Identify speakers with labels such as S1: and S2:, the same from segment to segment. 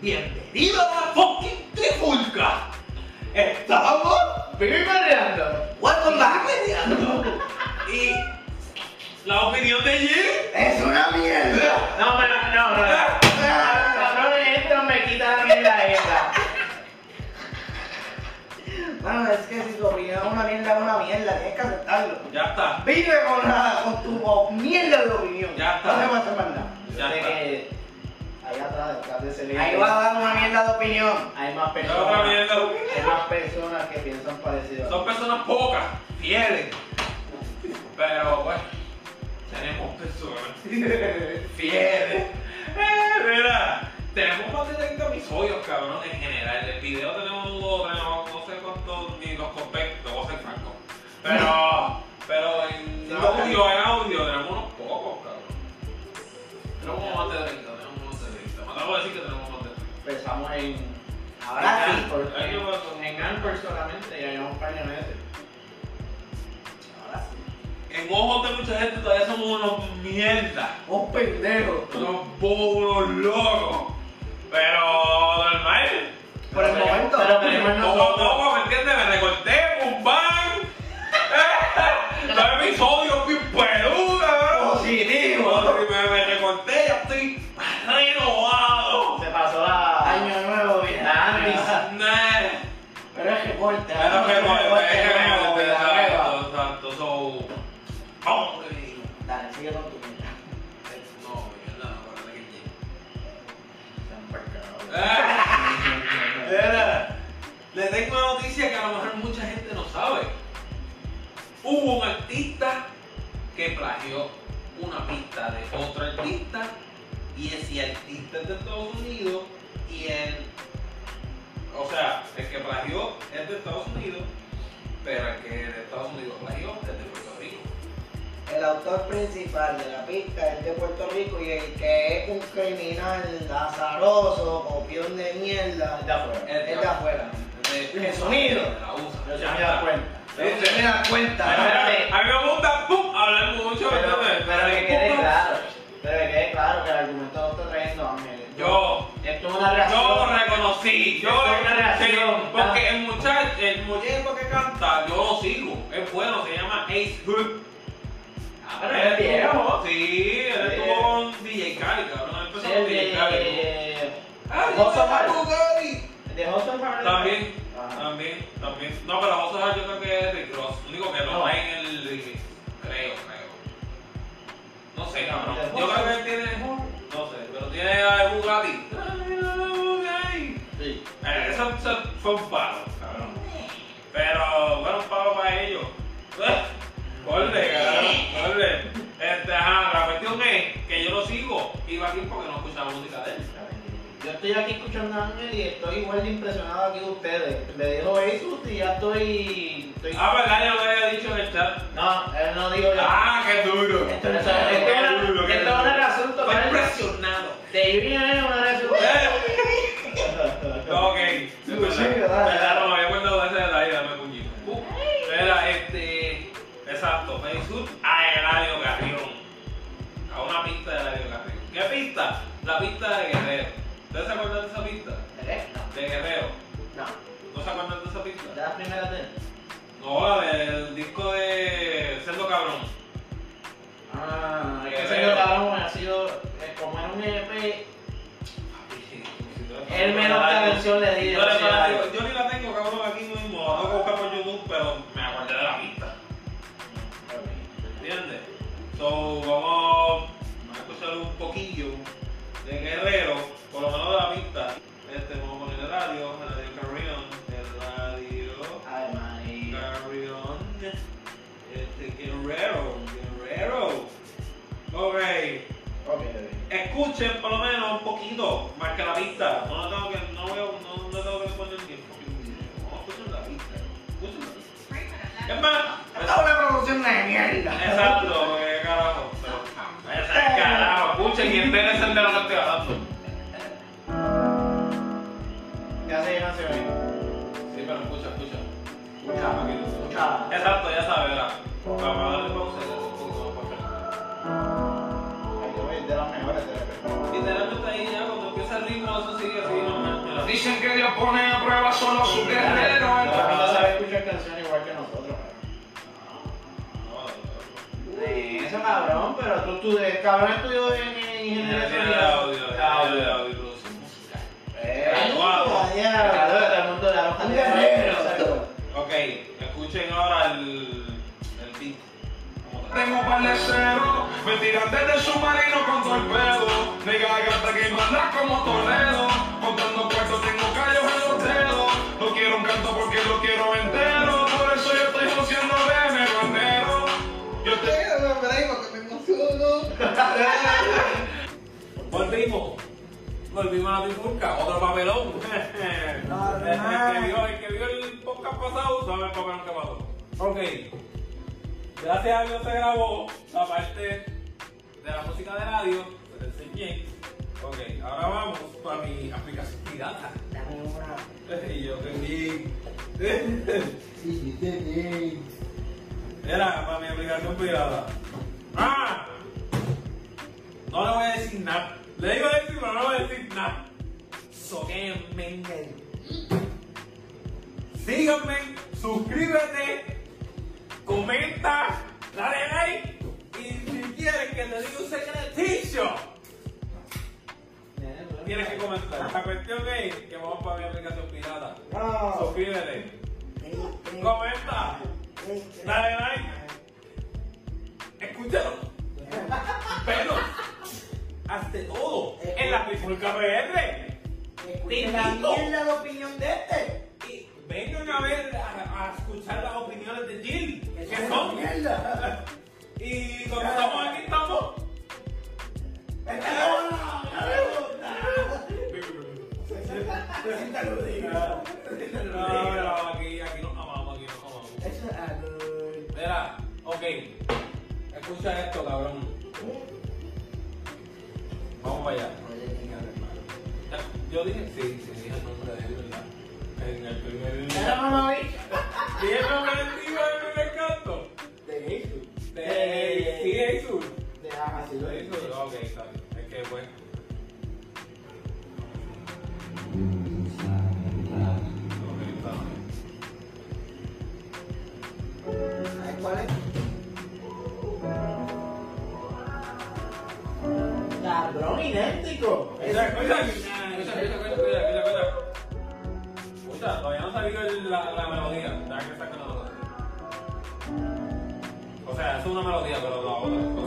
S1: ¡Viva la fucking trifulca! Estamos
S2: Primareando.
S1: Welcome back, mediando. Y la opinión de Jim
S3: Es una mierda.
S2: No, pero no, no, no. Cabrón, esto me quita la mierda esta.
S3: Mano, es que si tu opinión es una mierda, es una mierda. Tienes que aceptarlo.
S1: ya está.
S3: Vive con, la, con tu mierda de opinión.
S1: Ya está.
S3: No te vas a hacer más nada.
S1: Ya
S2: Yo sé
S1: está.
S2: que Ahí atrás, detrás de ese libro.
S3: Ahí vas a dar una mierda de opinión.
S2: Hay más
S1: La otra
S2: personas.
S1: mierda.
S2: Hay más personas que piensan parecido.
S1: Son personas pocas, fieles. Pero bueno, tenemos personas fieles. Eh, mira, tenemos más de 30 episodios, cabrón, en general. El video tenemos dos, tenemos no sé cuántos, ni los conté, te voy a ser franco. Pero, pero en
S3: No,
S1: audio, en audio, tenemos unos pocos, cabrón. Tenemos como más de 30, tenemos más de 30. Me atrevo a decir que tenemos más de 30.
S2: Empezamos en.
S3: Ahora
S2: en
S3: Ah, sí.
S2: Anchor,
S1: Ahí yo paso.
S2: en, en Anchor solamente, ya llevamos un par de meses.
S3: Ahora sí.
S1: En ojos de mucha gente todavía somos unos mierdas.
S3: Un pendejo.
S1: Unos bobos, unos locos. Pero normal.
S3: Por el
S2: Pero-
S3: momento.
S2: Pero
S1: Como
S2: tenemos nosotros.
S1: no, ¿me entiendes? Me recorté, un bang. Dos episodios, mi peluda, bro.
S3: Positivo.
S1: Otro, y Me, me recorté, ya estoy renovado.
S2: Se pasó la.
S3: Año nuevo, vida. nueva.
S1: Nah.
S3: Pero es que corta.
S1: Pero que no,
S3: Recorte
S1: es que
S3: nuevo,
S1: no,
S3: vida nueva.
S1: exacto, exacto, so, vamos, que digo.
S3: Dale, sigue con tu mierda.
S1: Eh. No, mierda, acuérdate que llegué.
S2: Se han embarcado.
S1: Ah. Mira, le tengo una noticia que a lo mejor mucha gente no sabe. Hubo un artista que plagió una pista de otro artista y ese artista es de Estados Unidos y él, o sea, el que plagió es de Estados Unidos, pero el que de Estados Unidos plagió es de Puerto Rico.
S3: El autor principal de la pista es de Puerto Rico y el que es un criminal azaroso, copión de mierda,
S2: Ya fue.
S1: Es
S3: es de afuera.
S1: Es de-
S3: El sonido.
S1: La USA.
S2: Pero se me da cuenta.
S3: No se me da cuenta.
S2: Espérate.
S1: A mí me gusta pum, hablar mucho,
S2: Pero,
S1: ¿entiendes?
S2: pero que
S1: Pum,
S2: quede
S1: pum.
S2: claro. Pero que quede claro que el argumento lo está trayendo Ángel.
S1: Yo,
S2: Esto es una reacción. Ah,
S1: yo lo reconocí, yo
S2: Eso es
S1: lo
S2: una
S1: reconocí,
S2: reacción,
S1: porque
S2: ¿verdad?
S1: el muchacho, el muñeco que canta, yo lo sigo, es bueno, se llama Ace Hood.
S2: Ah, pero es viejo.
S1: Sí, él
S2: Sí.
S1: estuvo con DJ Khaled, cabrón, él empezó con
S2: El
S1: DJ Khaled.
S2: de.
S1: Ah,
S2: Gozo
S1: yo
S2: Hall.
S1: conozco a Gaby.
S2: el de Hudson Family.
S1: También, Ah,
S2: Ajá.
S1: también, también. No, pero vos sabés, yo creo que es Rick Ross, lo único que no
S2: No.
S1: hay en el remix, creo, creo. No sé, cabrón,
S2: ¿De
S1: yo
S2: Hudson?
S1: creo que él tiene, no sé, pero tiene la de Bugatti. Ay, la de Bugatti.
S2: Sí.
S1: Eh, Eso, eso fue un palo, cabrón. Pero bueno, un palo para ellos. Golde, cabrón, golde. Este, ajá, Rafetión es que yo lo sigo. Iba aquí porque no escuchaba música de él.
S2: Yo estoy aquí escuchando a Ángel y estoy igual de impresionado aquí de ustedes. Le dijo Jesús y ya estoy. estoy...
S1: Ah, verdad, yo lo había dicho en el chat.
S2: No, él no dijo yo.
S1: Ah, qué duro.
S2: Esto no es- esto es una-
S1: Duro, qué
S2: esto es
S1: duro.
S2: una razón
S1: Estoy
S2: total.
S1: impresionado.
S2: Te viene una reacción.
S1: Eh, ok, de
S3: Sí,
S1: verdad.
S3: sí, verdad.
S1: Verdad, no me había cuenta de ese detalle, dame puñito. Uh, Era este. Exacto, Facebook a Eladio Carrión. A una pista de Eladio Carrión. ¿Qué pista? La pista de Guerrero. ¿Ustedes se acuerdan de esa pista? De Guerrero.
S2: No,
S1: ¿No se acuerdan de esa pista?
S2: de la primera de.
S1: No, la del disco de Cerdo Cabrón.
S2: Ah, es que señor cabrón ha sido. eh, Como era un EP, él menos canción le
S1: Yo,
S2: di.
S1: la- yo la tengo- yo ni la tengo, cabrón, aquí mismo. La tengo que buscar por YouTube, pero me acordé de la pista. ¿Entiendes? So, vamos a escuchar un poquillo de Guerrero, por lo menos de la pista. Este, vamos a poner el radio, el radio Carrión, el radio
S2: Ay,
S1: Ah.
S2: María.
S1: Carrión, este, Guerrero, Guerrero. Ok,
S2: Ok,
S1: escuchen por lo menos un poquito, más que la pista. No le tengo que, no veo, no, no tengo que poner ni el fucking video. Vamos a escuchar la pista, escuchen la pista. Es más,
S3: Esta es una producción de mierda.
S1: Exacto, porque carajo. Pero, ah, ese carajo, escuchen y entérense de lo que estoy hablando.
S2: Ya se no se ve.
S1: Sí, pero escucha, escucha.
S2: Escucha,
S1: para que no se-
S2: escucha.
S1: Exacto, ya sabes, ¿verdad? Vamos a darle pausa y un poquito más para acá.
S2: Ay, yo voy de las mejores de la
S1: Literalmente ahí ya cuando empieza el ritmo, eso sigue así, no me ¿verdad?
S2: Dicen que Dios pone a prueba solo a su guerrero.
S3: No, no sabe escuchar canciones igual que nosotros, cabrón. Sí, Eso cabrón, pero tú, tú de cabrón estudió en en ingeniería
S1: Ingeniería de
S3: sonido.
S1: audio, de audio, de audio y producción musical.
S3: Eh,
S1: Wow.
S4: Allá,
S3: Claro, todo el mundo de la hoja
S4: un
S3: de
S4: guerrero.
S3: exacto.
S1: Ok, escuchen ahora el, el beat. Vamos a ver.
S2: Tengo par de cerro, me tiran desde submarino con torpedo. Nega gata que manda como Toledo. Contando cuartos tengo callos en los dedos. No quiero un canto porque lo quiero entero. Por eso yo estoy joseando de enero a enero. Yo estoy
S1: Volvimos. Volvimos a la trifulca. Otro papelón.
S4: Normal.
S1: El que vio- el que vio el podcast pasado sabe el papelón que pasó. Ok. Gracias a Dios se grabó la parte de la música de radio. Se la enseñé. Ok, ahora vamos para mi aplicación pirata.
S4: Dame una.
S1: Y yo vendí. Era para mi aplicación privada. ¡Ah! No le voy a decir nada. Le digo decir, pero no le voy a decir nada. Soquéenme en el- Síganme, suscríbete, comenta, dale like. Y si quieres que te diga un secretillo, tienes que comentar. La cuestión es que vamos para mi aplicación pirata.
S4: No.
S1: Suscríbete, comenta, dale like. Escúchalo. Pero hazte todo en la Trifulca PR.
S4: Escuchen la mierda de opinión de este.
S1: Y vengan a ver, a, a escuchar las opiniones de Jill. Que
S4: es
S1: son.
S4: mierda.
S1: Y cuando estamos aquí estamos. No, no, aquí, aquí nos amamos, aquí nos amamos.
S4: Eso es algo.
S1: Mira, ok. Escucha esto, cabrón. Vamos para allá. Yo dije, sí, sí, dije el nombre de él, ¿verdad? En el primer
S4: Era mamabicho.
S1: Dije el nombre del tío del primer canto.
S3: De Jesús.
S1: De sí, Jesús.
S3: De Ajá, sí, lo
S1: De Jesús,
S3: hizo.
S1: ok, está bien. Es que bueno. Ok, está bien.
S4: Ay, ¿Cuál es?
S3: Cabrón idéntico.
S1: Escucha, escucha, escucha, escucha, escucha, escucha, escucha. Escucha, todavía no ha salido el- la, la melodía. Deja que saque la melodía. O sea, es una melodía, pero la otra.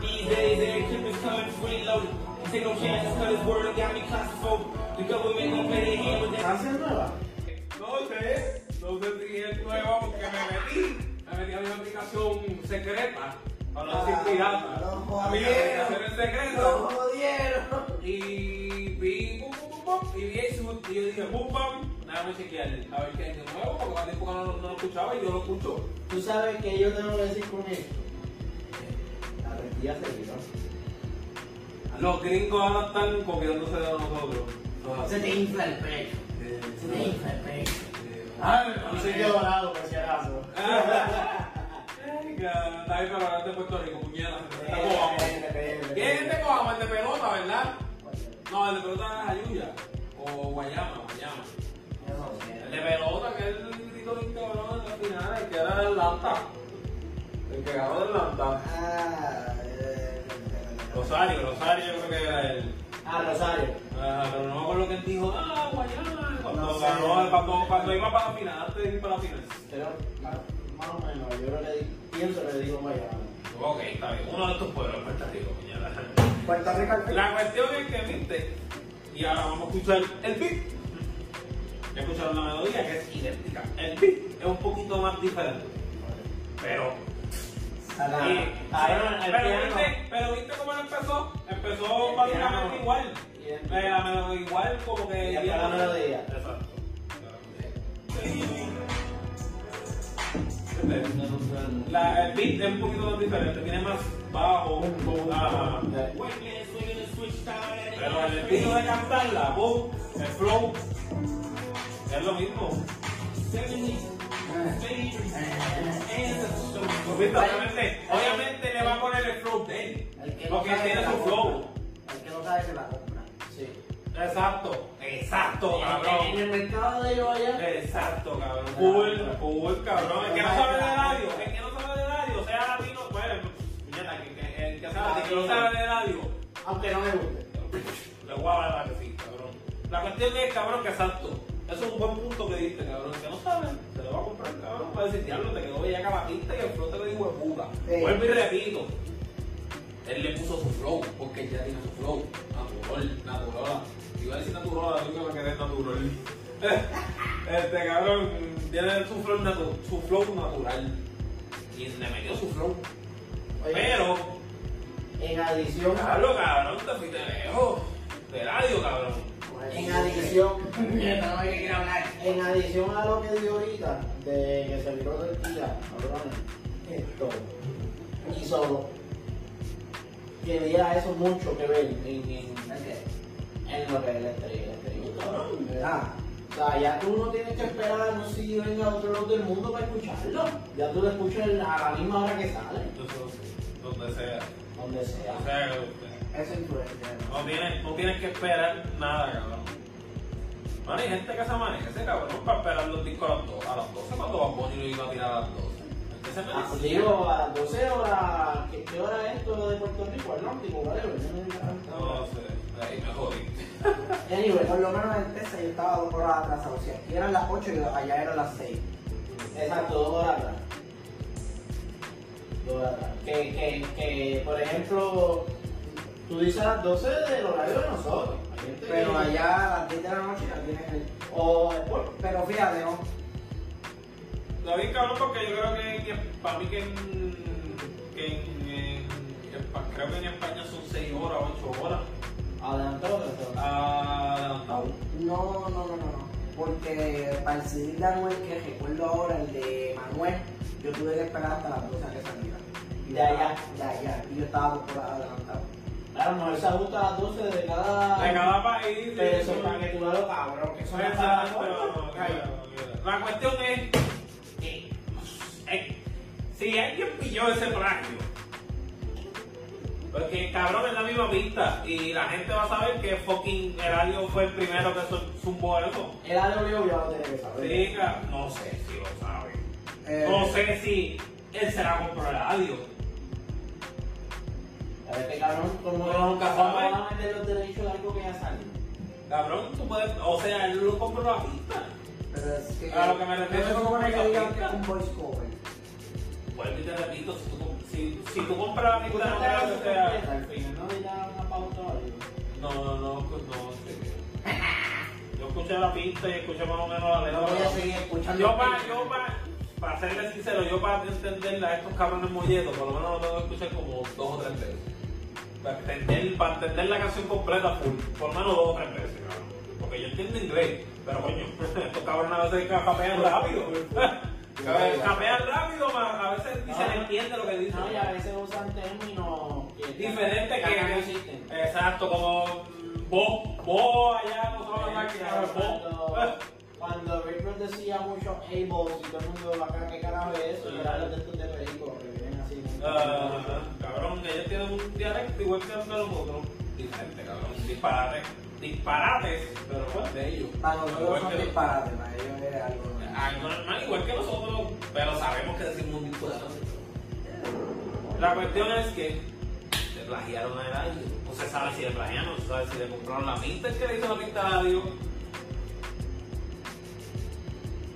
S5: These days, everything is coming free loaded. Take no chances, cause this word got me claustrophobic. The government gon' play their hand with that.
S3: Canción nueva.
S1: No sé, no sé si es nueva porque me metí. Me metí a mi aplicación secreta. Para no decir pirata.
S4: Lo
S1: A mi aplicación
S4: jodieron.
S1: es secreta.
S4: Lo jodieron.
S1: Y vi, pum, pum, pum, pum, y vi eso, y yo dije, pum, pam, nada más chequear, a ver qué hay de nuevo, porque hace tiempo que no, no lo escuchaba y yo lo escucho.
S3: Tú sabes que yo tengo que decir con esto. La rejilla se viró.
S1: Los gringos ahora están copiándose de nosotros.
S4: Se te infla el pecho.
S1: Eh,
S4: Se te infla el pecho.
S1: eh, ay,
S3: No
S1: no
S3: se
S1: sé
S3: quedó
S1: yo.
S3: dorado, por si acaso.
S1: Ay, cara, está bien, pero ahora es de Puerto Rico, puñeta. Está Coamo. ¿Quién
S3: eh,
S1: es el de Coamo? El de pelota, ¿verdad? No, el de pelota es Ayuya, o Guayama, Guayama.
S4: Yo no sé.
S1: El de pelota, que es el grito de cabrón en la final, el que era de Atlanta. El que ganó de Atlanta.
S4: Ah, eh,
S1: Rosario, Rosario yo creo que era él.
S3: Ah, Rosario.
S1: Ah, pero no me acuerdo que él dijo, ah, Guayana, cuando
S3: No sé.
S1: ganó, cuando, cuando iba para la final, antes de ir para la final.
S3: Pero, más más o menos, yo creo que di- pienso que le digo Guayana.
S1: Ok, está bien, uno de tus pueblos, Puerto Rico, puñalada.
S4: Puerto Rico al fin.
S1: La cuestión es que viste, y ahora vamos a escuchar el beat. Ya escucharon la melodía que es idéntica. El beat es un poquito más diferente, pero
S3: Ah,
S1: Y-
S3: ahí el
S1: pero,
S3: piano.
S1: viste, pero viste cómo lo empezó, empezó
S3: El
S1: básicamente
S3: piano.
S1: igual.
S3: Y el-
S1: Eh, la melo- igual como que.
S3: Y hasta la melodía.
S1: Exacto. La, el beat es un poquito más diferente, tiene más bajo, boom, ah,
S5: White man swinging the switch down at the
S1: pero el
S5: end.
S1: estilo de cantar, la voz, el flow, es lo mismo.
S5: 70s, 80s, ancestors.
S1: Obviamente, obviamente, obviamente le va a poner el flow de él,
S4: El que no
S1: porque él
S4: sabe
S1: tiene
S4: se la
S1: su
S4: compra.
S1: flow.
S4: El que no sabe se la compra.
S3: Sí.
S1: Eh,
S5: Exacto, exacto,
S3: En
S5: cabrón.
S3: el mercado de ellos allá.
S5: Exacto, cabrón. Cool, cool, cabrón. El que no sabe de radio, el que no sabe de radio, sea latino, pues, puñeta, que- que- el que sabe, el que no sabe de radio.
S3: Aunque no me guste.
S5: La guava la que sí, cabrón. La cuestión es, cabrón, que exacto. Eso es un buen punto que diste, cabrón. Que no saben, se lo va a comprar, cabrón. Va a decir, diablo, te quedó bella cabatista y el flow te lo dijo de puta.
S4: Sí.
S5: Vuelvo y repito. Él le puso su flow, porque él ya tiene su flow. Natural, natural. Iba a decir natural, yo que me quedé natural. este cabrón tiene su flow, natu- su flow natural. Y le metió su flow.
S3: Oye.
S5: Pero,
S3: En adición,
S5: Diablo, cabrón, te fuiste lejos. De radio, cabrón.
S3: en adición, en adición a lo que dio ahorita, de que se viró del día, cabrones, esto, y solo, quería eso mucho que ver en, en, en lo que es el estrella, el estribillo, cabrón, ¿verdad? O sea, ya tú no tienes que esperar a un sitio venga a otro lado del mundo para escucharlo. Ya tú lo escuchas a la misma hora que sale,
S5: Entonces, donde sea.
S3: donde sea.
S5: O sea, que usted-
S4: Eso influencia. ¿no?
S5: no tienes, no tienes que esperar nada, cabrón. Mano, hay gente que se amanece, cabrón, para esperar los discos a las 12, a las 12 cuando va Bonnie lo iba a tirar a las 12. Entonces me
S3: Ah, pues
S5: decía,
S3: digo, a las 12 horas, ¿qué, qué hora es esto de Puerto Rico? Al norte, ¿vale?
S5: No sé, ahí me jodí.
S4: Anyway, por lo menos en Texas yo estaba dos horas atrasado. Si aquí eran las 8 y allá eran las 6.
S3: Exacto, dos horas atrás. Dos horas atrás. Que, que, que, por ejemplo, tú dices a las 12 del horario de nosotros. Hay gente que-
S4: Pero allá a las 10 de la noche ya tienes el.
S3: O después.
S4: Pero fíjate, ¿no?
S5: Está bien cabrón porque yo creo que, que para mí que en, que en, en- que pa- creo que en España son 6 horas, 8 horas. ah,
S3: Adelantado, adelantado.
S5: Adelantado.
S4: No, no, no, no, no. Porque para el CD de Anuel, que recuerdo ahora, el de Manuel, yo tuve que esperar hasta las 12 a que saliera.
S3: De allá.
S4: De allá. Y yo estaba dos horas adelantado.
S3: Claro, a lo mejor se ajusta a las 12 de cada.
S5: De cada país.
S3: Pero eso es
S5: de-
S3: para que tú veas lo cabrón, que son las
S5: Exacto.
S3: Ay,
S5: La cuestión es que eh, si alguien pilló ese plagio, porque cabrón es la misma pista y la gente va a saber que fucking Eladio fue el primero que su- zumbó eso.
S3: El algo yo lo tiene que saber.
S5: Sí, ca- no sé si lo sabe.
S4: Eh,
S5: No sé si él se la compró a Eladio.
S3: A ver, este cabrón, ¿cómo
S5: No,
S3: no,
S5: nunca
S3: cómo
S5: sabe.
S3: van a vender los derechos de algo que ya salió?
S5: Cabrón, tú puedes, o sea, él lo compró la pista.
S4: Pero es que.
S5: A lo que me refiero
S4: No se
S5: es
S4: supone que
S5: que-
S4: digan que es un voice cover.
S5: Vuelvo y te repito, si tú, com- si, si tú compras la
S3: Tú
S5: pista,
S3: no
S5: no
S3: te
S5: creo
S3: hagas
S5: que
S3: su completa
S5: sea-
S3: al final, no le da una pauta o algo.
S5: No, no, no, pues no, sé qué. Yo escuché la pista y escuché más o menos la letra.
S4: No voy a seguir escuchando.
S5: Yo para, yo para, para serle sincero, yo para entenderla a estos cabrones molletos, por lo menos lo tengo que escuchar como dos o tres veces. Para entender, para entender la canción completa full, por lo menos dos o tres veces, cabrón. Porque yo entiendo inglés, pero coño, estos cabrones a veces capean rápido. capean rápido, ma, a veces ni se le entiende lo que dicen.
S3: No, y a veces usan términos que-
S5: Diferente
S3: que no
S5: que.
S3: existen.
S5: Exacto, como. Vos, vos allá, no sabes más que sabes
S3: Cuando-
S5: vos.
S3: Cuando Ripper decía mucho Ables y todo el mundo acá, ¿qué carajo es eso? Y ahora los textos de películas que vienen así. ¿no?
S5: Ah, Cabrón, ellos tienen un dialecto igual que nosotros. Diferente, cabrón. Disparate. Disparates, pero pues de ellos.
S4: Para nosotros
S5: Igual que-
S4: son disparates, para ellos es algo.
S5: Algo normal, igual que nosotros, pero sabemos que decimos un disparate. La cuestión es que le plagiaron a Eladio. No se sabe si le plagiaron, no se sabe si le compraron la pista el que le hizo la pista a Eladio.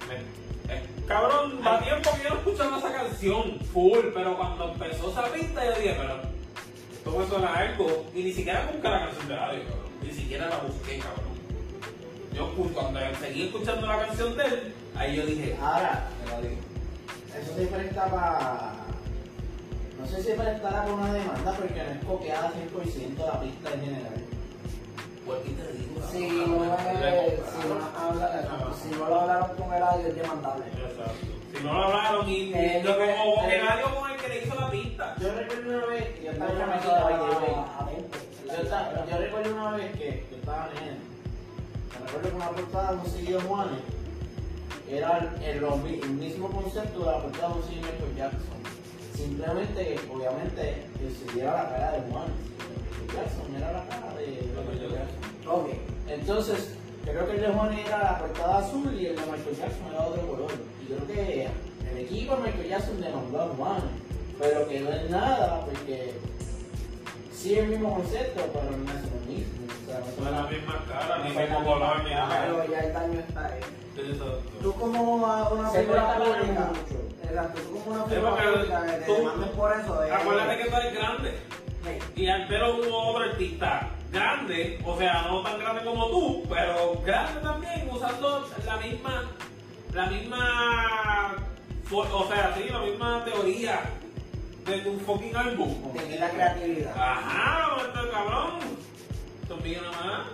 S5: Me- eh, Cabrón, da tiempo que yo no escuchaba esa canción full, pero cuando empezó esa pista yo dije, pero esto me suena a algo. Y ni siquiera busqué la canción de Eladio, cabrón. Ni siquiera la busqué, cabrón. Yo escu- cuando seguí escuchando la canción de él, ahí yo dije, ah,
S3: Ahora,
S5: Eladio.
S3: eso se presta para. No sé si prestará con una demanda porque no es copiada 100% la pista en general.
S5: ¿Por qué te digo? cabrón?
S4: Si no
S5: Le
S4: es. Si no,
S5: compraron.
S4: habla, pues, si no lo hablaron con el audio, es demandable.
S5: Exacto. Si no lo hablaron y
S4: Eh,
S5: lo que
S4: eh,
S5: como
S4: eh.
S5: Eladio con el que le hizo la pista.
S3: Yo recuerdo una vez que yo
S4: Yo
S3: estaba en
S4: me
S3: una
S4: quedaba ahí
S3: mesita, güey.
S4: de- adentro.
S3: Yo, esta- yo recuerdo una vez que yo estaba leyendo. Me recuerdo que una portada de un CD de Juanes era el, lo mi- el mismo concepto de la portada de un CD de Michael Jackson. Simplemente que, obviamente, que se diera la cara de Juanes. Michael Jackson, era la cara de
S5: Michael
S3: Michael
S5: Jackson.
S3: Jackson. Ok, entonces, creo que el de Juan era la portada azul y el de Michael Jackson era otro color. Y creo que el equipo de Michael Jackson le mandó a Juan, pero que no es nada, porque sí es el mismo concepto, pero no es lo mismo. O sea, no
S5: Son
S3: son-
S5: las mismas caras, ni
S3: no son
S5: mismo
S3: las
S5: color, ni
S3: mismas
S5: nada.
S3: caras.
S4: Pero ya el daño está hecho.
S5: Eso-
S4: Tú como una, una
S3: Se
S4: figura
S3: trata de
S4: pública,
S3: mucho.
S4: exacto, tú como una
S5: Sí,
S4: figura
S5: porque
S4: pública, que
S5: tú-
S4: te demandes por eso. es-
S5: Acuérdate que tú eres grande.
S4: Sí.
S5: Y al pero hubo otro artista grande, o sea, no tan grande como tú, pero grande también, usando la misma, la misma, for- o sea, sí, la misma teoría de tu fucking álbum.
S4: Tener la creatividad.
S5: Ajá, maestro cabrón. Esto es mío nada más.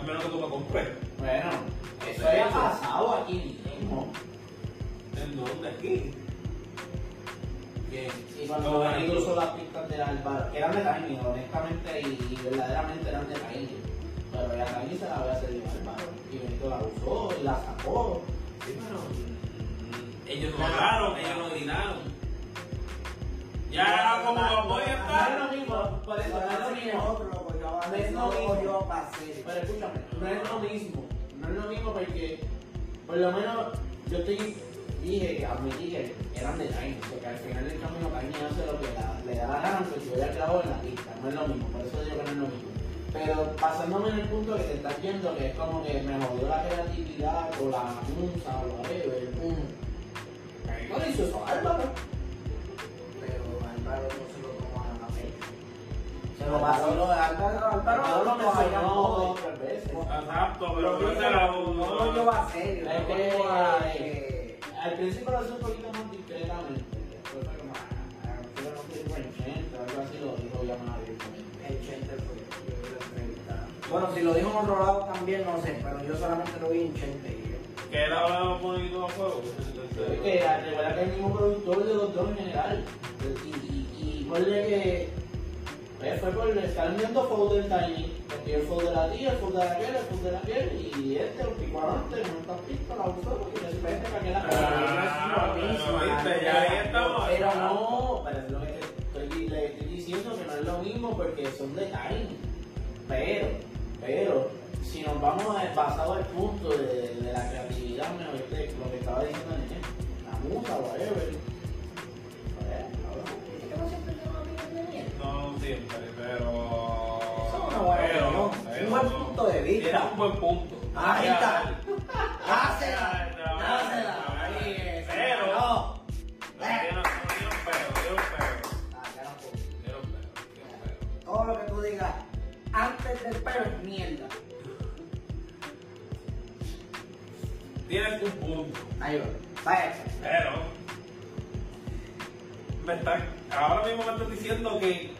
S5: Al menos que tú me compres.
S3: Bueno, eso había pasado aquí mismo.
S5: ¿En dónde? Aquí. Bien.
S3: Y cuando
S5: No,
S3: ven
S5: aquí.
S3: incluso las pistas de Alvar, que eran de Tiny, honestamente y verdaderamente eran de Tiny. Pero ya Tiny se la había cedido a Alvaro. Y Benito la usó y la sacó.
S5: Sí, pero, mm, Ellos no hablaron, ellos no gritaron. Ya era como los voy a
S3: No
S5: estar.
S3: es lo mismo, por eso no es lo mismo.
S4: Otro, porque ahora
S3: No es lo
S4: no
S3: mismo.
S4: pues, yo pasé.
S3: Pero escúchame, no es lo mismo. No es lo mismo porque, por lo menos, yo te dije que admití que eran de Tiny. Porque al final del camino Tiny hace lo que la- le da la gana, porque yo ya clavo en la pista. No es lo mismo, por eso digo que no es lo mismo. Pero pasándome en el punto que te estás viendo, que es como que me jodió la creatividad o la musa o lo whatever.
S4: Mm.
S3: No le hizo eso a Álvaro.
S4: Pero Álvaro no se lo tomó a la fe.
S3: Se lo pasó.
S4: Álvaro, Álvaro, Álvaro
S3: Álvaro lo
S4: todavía
S3: mencionó
S4: jode.
S3: dos o tres veces.
S5: Exacto, pero
S4: Lo
S5: no
S4: dijo,
S5: se la
S4: No lo lleva a serio.
S3: Es
S4: no
S3: que-
S4: lo lleva a que-
S3: Al principio lo hacía un poquito más discretamente, después fue como, ah, creo que fue en Chente, algo así, lo dijo ya más abiertamente.
S4: El Chente fue. yo vi la entrevista. Bueno, si lo dijo en otro lado también, no sé, pero yo solamente lo vi en Chente. y yo.
S5: Que era ahora un poquito a fuego.
S3: Pero es que ah, recuerda que es el mismo productor de los dos en general, y, y, y ponle que pues, fue por estar viendo fotos del Tiny, porque el foto de la tía, el foto de aquel, el foto de aquel, y este lo picó antes, no está pisto, la usó, y de repente para que la
S5: Ah,
S4: Pero no es lo
S5: pero
S4: mismo,
S5: viste, ya ahí estamos.
S3: Pero no, pero es lo que te estoy, le estoy diciendo que no es lo mismo porque son detalles. Pero, pero, si nos vamos a pasado al punto de, de la creatividad, me oíste lo que estaba diciendo Nene, la musa, whatever. Joder, cabrón.
S5: No siempre, pero.
S4: Eso es una buena opinión,
S5: pero-
S4: un buen punto de vista.
S5: Tienes un buen punto.
S4: Ahí
S5: Ya,
S4: está.
S5: ya,
S4: Dásela.
S5: ya,
S4: Dásela.
S5: ya,
S4: Ahí es.
S5: Pero.
S4: No.
S5: No, tiene- no, tiene un pero, tiene un pero.
S4: Ah, carajo.
S5: Tiene un pero, tiene un pero.
S4: Todo lo que tú digas antes del pelo es mierda.
S5: Tienes un punto,
S4: Ahí va. Vaya.
S5: pero me está- ahora mismo me estás diciendo que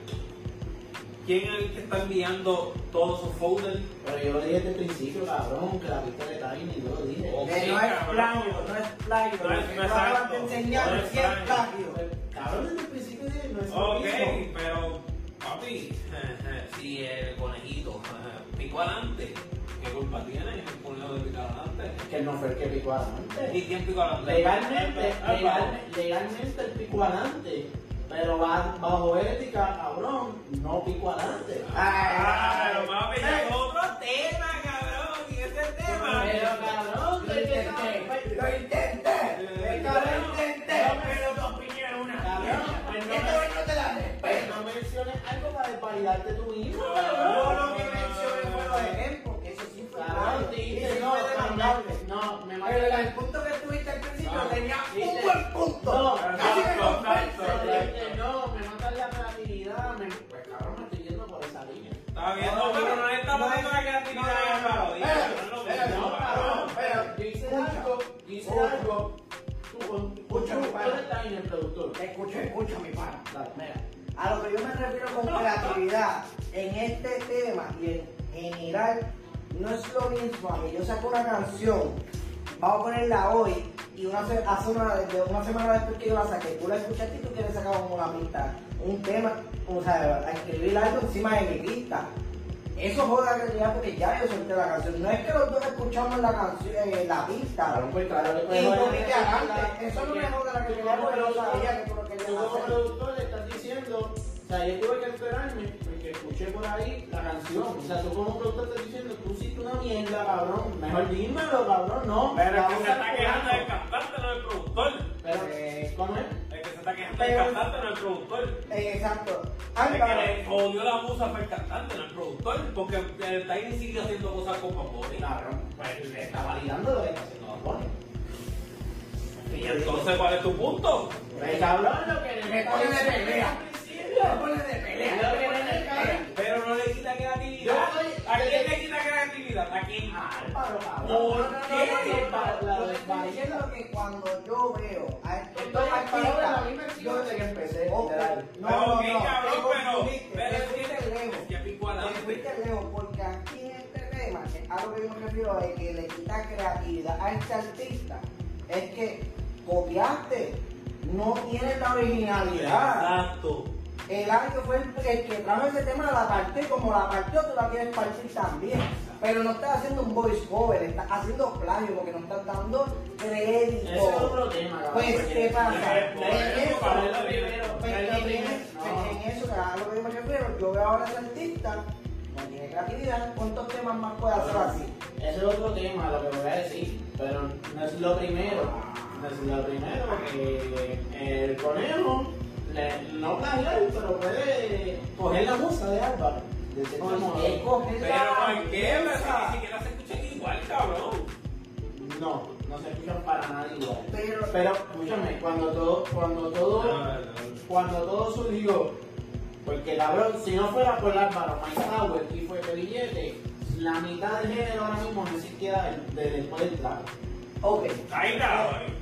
S5: quién es el que está enviando todos esos folders.
S3: Pero yo lo dije desde el principio, cabrón, que la pista de Tiny, yo lo dije.
S5: Oh.
S4: Que Eh, no es plagio, no es plagio.
S5: No es-
S4: Lo que
S5: no
S4: tú
S5: es
S4: acabas
S5: acto,
S4: de enseñar
S5: no es
S4: es que es
S5: plagio.
S4: plagio.
S3: Cabrón, desde el principio dije, no es lo
S5: Ok,
S3: mismo.
S5: pero papi, si el conejito picó adelante, ¿qué culpa tiene el conejo de picar adelante?
S3: Que no fue el que picó adelante.
S5: ¿Y quién picó adelante? Ah,
S3: Legalmente,
S5: Álvaro.
S3: legal- legalmente el pico adelante, pero ba- bajo ética, cabrón, no pico adelante.
S5: Ah, pero papi, ya
S4: Eh.
S5: es otro tema, cabrón, y ese tema.
S3: Pero cabrón, ¿de
S4: Lo
S3: qué
S4: intenté,
S3: estás-
S4: lo intenté, lo intenté.
S3: Cabrón, pues no
S4: Esta vez no te la
S3: me-
S4: respeto.
S3: pues no menciones algo para desvalidarte tú mismo,
S4: Yo
S3: cabrón.
S4: lo que mencioné fue los ejemplos, que eso sí fue
S3: Cabrón,
S4: malo.
S3: te
S4: Y
S3: dije,
S4: sí
S3: no,
S4: fue demandable.
S3: no, no, me
S4: Pero
S3: maté
S4: en
S3: la-
S4: el punto que tuviste al principio
S5: Ah,
S4: tenía
S3: dice-
S4: un buen punto.
S3: No,
S4: Así que
S5: exacto,
S4: convence.
S5: exacto,
S3: Te dije, no, me matan la creatividad, me- pues, cabrón, me estoy yendo por esa línea.
S5: Está bien, no, pero no le estamos
S4: No es-
S5: dando la creatividad
S4: no, no,
S5: a
S4: no,
S5: Álvaro,
S4: espérate,
S5: dice,
S4: espérate,
S5: no es lo mismo,
S3: No,
S5: cabrón.
S3: cabrón, pero dice algo, dice
S4: Ojo.
S3: algo. Tú, tú,
S4: Escucha,
S3: tú
S4: para.
S3: eres también el productor.
S4: Escucha, escucha, mi pana.
S3: Dale, mira.
S4: A lo que yo me refiero con creatividad en este tema y en general, no es lo mismo a que yo saco una canción, vamos a ponerla hoy y una se- hace una, de- una semana después que yo la saqué, tú la escuchaste y tú quieres sacar como una pista, un tema, o sea, a escribir algo encima de mi pista. Eso jode la creatividad porque ya yo solté la canción. No es que los dos escuchamos la canción, eh, la pista.
S3: Cabrón, pues claro, le
S4: Y
S3: puedes
S4: tú
S3: joder
S4: viste
S3: la-
S4: adelante. Eso eh, no me joda la creatividad
S3: Tú como
S4: porque yo
S3: productor-
S4: sabía que tú lo
S3: Tú
S4: querías
S3: como
S4: hacer.
S3: productor le estás diciendo, o sea, yo tuve que esperarme porque escuché escuché por ahí la canción. O sea, tú como productor estás diciendo, tú hiciste una mierda, cabrón. Mejor dímelo, cabrón, no.
S5: Pero el que
S3: vamos
S5: se
S3: a
S5: está quejando del cantante, no del productor.
S3: Pero, eh, ¿cómo es?
S5: El que se está quejando del
S4: Pero-
S5: cantante, no del productor.
S4: Eh, Exacto.
S5: El que
S4: Álvaro,
S5: le jodió la musa fue el cantante, no el productor. Porque el Tiny sigue haciendo cosas con Papori.
S3: Cabrón, pues le está validando lo que está haciendo Bad Bunny.
S5: Y entonces, ¿cuál es tu punto?
S3: Pues, cabrón, lo que le está
S4: Ponle de
S3: diciendo
S4: pelea.
S3: al principio.
S4: Ponle de pelea.
S3: Lo que le está-
S5: Pero no le quita creatividad.
S3: Yo soy-
S5: ¿A quién le quita creatividad? ¿A quién?
S3: Álvaro, cabrón.
S5: ¿Por
S3: No, no, no,
S5: qué?
S3: no, no, la-
S4: Yo
S3: la
S4: te estoy
S3: desvalida.
S4: diciendo que cuando yo veo a estos
S3: Estoy
S4: dos
S3: disparado de la misma
S4: artistas,
S3: encima
S4: yo
S3: desde que empecé,
S4: Ok.
S3: literal.
S4: No,
S5: Pero,
S4: no,
S5: ok,
S4: no,
S5: cabrón,
S4: te
S5: pero-
S4: confundiste,
S5: pero
S4: te
S5: es que-
S4: fuiste lejos.
S5: es que pico adelante.
S4: Te fuiste lejos, porque aquí en este tema, que es algo que yo me refiero de que le quita creatividad a este artista, es que copiaste, no tienes la originalidad.
S5: Exacto.
S4: El año fue el, el que trajo ese tema, la parte como la partió, tú la quieres partir también. Pero no estás haciendo un voice cover, estás haciendo plagio porque no estás dando crédito.
S3: Ese es otro tema, cabrón.
S4: Pues, ¿qué
S3: Ah,
S4: pasa?
S3: Pues,
S4: Eso,
S3: para lo primero, para
S4: Pero
S3: lo
S4: Pues en,
S3: primero.
S4: es- en eso, que a lo que yo me refiero, yo veo ahora a ese artista, no tiene creatividad, ¿cuántos temas más puede hacer así?
S3: Ese es otro tema, lo que voy a decir, pero no es lo primero. No es lo primero, porque el conejo le- no plagiar, pero puede coger la musa de Álvaro. De cierto modo.
S4: Porque coger
S5: Pero
S4: la-
S5: ¿por qué? Pero si Ni siquiera se escucha igual, cabrón.
S3: No, no se escuchan para nada igual.
S4: Pero-
S3: Pero escúchame, cuando todo, cuando todo, cuando todo surgió, porque cabrón, si no fuera por Álvaro, Mike Tower y fue billete, la mitad del género ahora mismo no existiera de- después del trap.
S4: Ok.
S5: Ahí cabrón.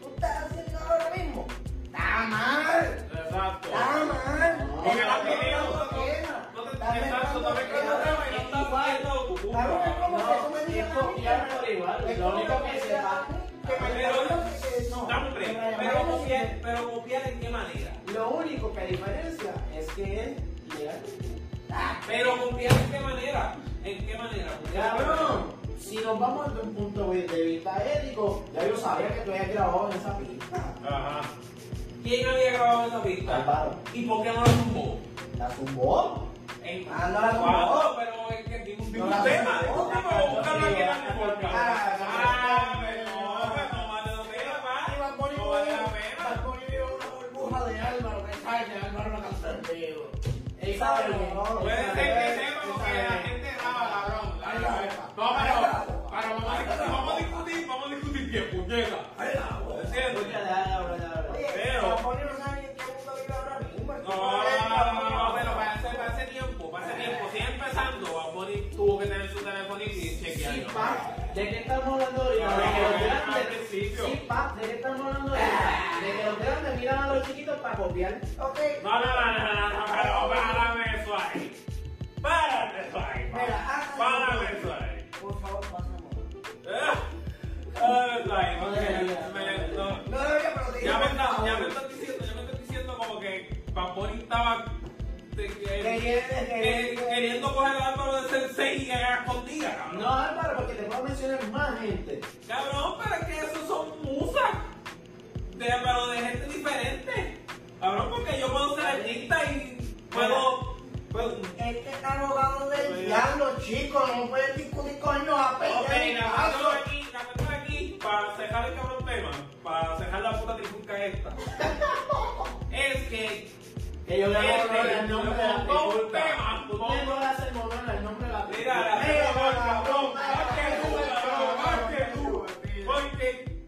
S4: tú estás haciendo ahora mismo está mal,
S5: Exacto.
S4: está mal.
S3: No,
S5: Porque no
S4: Estás
S5: queríamos,
S4: mezclando temas,
S5: no te
S4: estás mezclando
S5: exacto, no me
S4: temas.
S5: tema y no estás viendo tu
S4: Claro que
S5: culpa.
S4: como que tú me
S3: es
S4: digas a mí
S3: copiar
S4: que-
S3: por igual,
S4: es
S3: lo
S4: como
S3: único que se
S4: sea,
S3: va-
S4: que me
S5: Pero-
S4: digas que no,
S5: No, hombre,
S4: que me llamas y
S5: pero
S4: me dices,
S5: copiar, pero copiar en qué manera.
S3: Lo único que diferencia es que él llega.
S5: Pero copiar en qué manera. ¿En qué manera?
S3: Cabrón, si nos vamos desde un punto de vista ético, ya yo sabía que tú habías grabado en esa pista.
S5: Ajá. ¿Quién había grabado esa pista?
S3: Álvaro,
S5: ¿Y por qué no la tumbó?
S3: la zumbó.
S5: En-
S4: Ah, no la tumbó.
S5: Wow, pero es que digo, digo
S3: No
S5: un
S3: la
S5: tema.
S3: tumbó.
S5: Un tema, vamos a buscarlo aquí en la memoria.
S4: Ah,
S5: Ah, pero no, pues, no vale la pena, pa.
S3: Y Bad Bunny
S5: No vale la
S3: vive-
S5: pena.
S3: Bad Bunny vive en una burbuja de Álvaro, que sabe que Álvaro no canta en vivo. Él sabe lo que no, él
S5: Puede ser
S3: sabe,
S5: que
S3: él
S5: tema porque la
S3: sabe.
S5: gente sabe, cabrón. La- la- No, pero, pero vamos a discutir, vamos a discutir, vamos a discutir qué puñeta.
S3: Escucha, dale, dale,
S5: ¿Entiendes?
S3: dale, dale.
S4: Oye,
S5: Pero-
S4: Bad Bunny no sabe ni en qué mundo vive ahora mismo, el
S5: No,
S4: tipo es Bad Bunny.
S5: pero para ese, para ese tiempo, para ese tiempo, si empezando, Bad Bunny tuvo que tener su teléfono y chequearlo.
S3: Sí, pa, ¿De qué estamos hablando ahorita?
S5: No,
S3: De que los
S5: no, al
S3: grandes.
S5: principio.
S3: Sí, pa, ¿de qué estamos hablando ahorita? De que los grandes miran a los chiquitos para copiar.
S4: Ok,
S5: No, no, no, no, no, no, pero párame eso ahí. Párate eso ahí. pa.
S4: Mira, haz-
S5: Párame eso ahí.
S4: por favor, pásame.
S5: Ah, ah, eso ahí,
S3: No
S5: porque
S3: debería,
S5: me-
S3: no
S5: no.
S4: No debería, pero te
S5: Ya
S4: digo,
S5: me
S4: por
S5: estás,
S4: favor.
S5: ya me estás diciendo, ya me estás diciendo como que Paponi estaba de- que-
S4: Queriendo-
S5: que-
S4: queriendo-
S5: queriendo coger el árbol de sensei y a escondida, cabrón.
S3: No, Álvaro, porque te puedo mencionar más gente.
S5: Cabrón, pero es que esos son musas. De, pero de gente diferente. Cabrón, porque yo puedo ser artista y puedo. puedo
S4: Es que están abogado del diablo, chicos. No puedes discutir con ellos a
S5: ok,
S4: pelear el
S5: grabando
S4: caso.
S5: aquí, grabando aquí, para cejar el cabrón tema, para cejar la puta trifulca esta. es que
S3: Que yo le voy a poner el nombre de la
S5: Pongo un
S3: película.
S5: tema,
S3: Tú
S5: pongo-
S3: no le haces mover el nombre de la
S5: Mira,
S3: película.
S5: la
S4: Mira,
S5: cabrón, cabrón,
S4: cabrón,
S5: más que tú, cabrón, más que tú. Porque